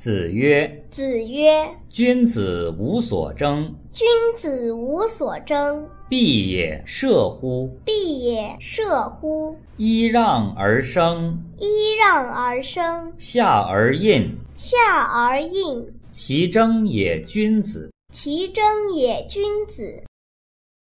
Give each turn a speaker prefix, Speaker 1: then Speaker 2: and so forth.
Speaker 1: 子曰
Speaker 2: 子曰：“
Speaker 1: 君子无所争，：“
Speaker 2: 君子无所争，
Speaker 1: 必也射乎？
Speaker 2: 必也射乎？
Speaker 1: 揖让而生，
Speaker 2: 揖让而生，
Speaker 1: 下而饮，
Speaker 2: 下而饮，
Speaker 1: 其争也君子。”
Speaker 2: 其争也君子。”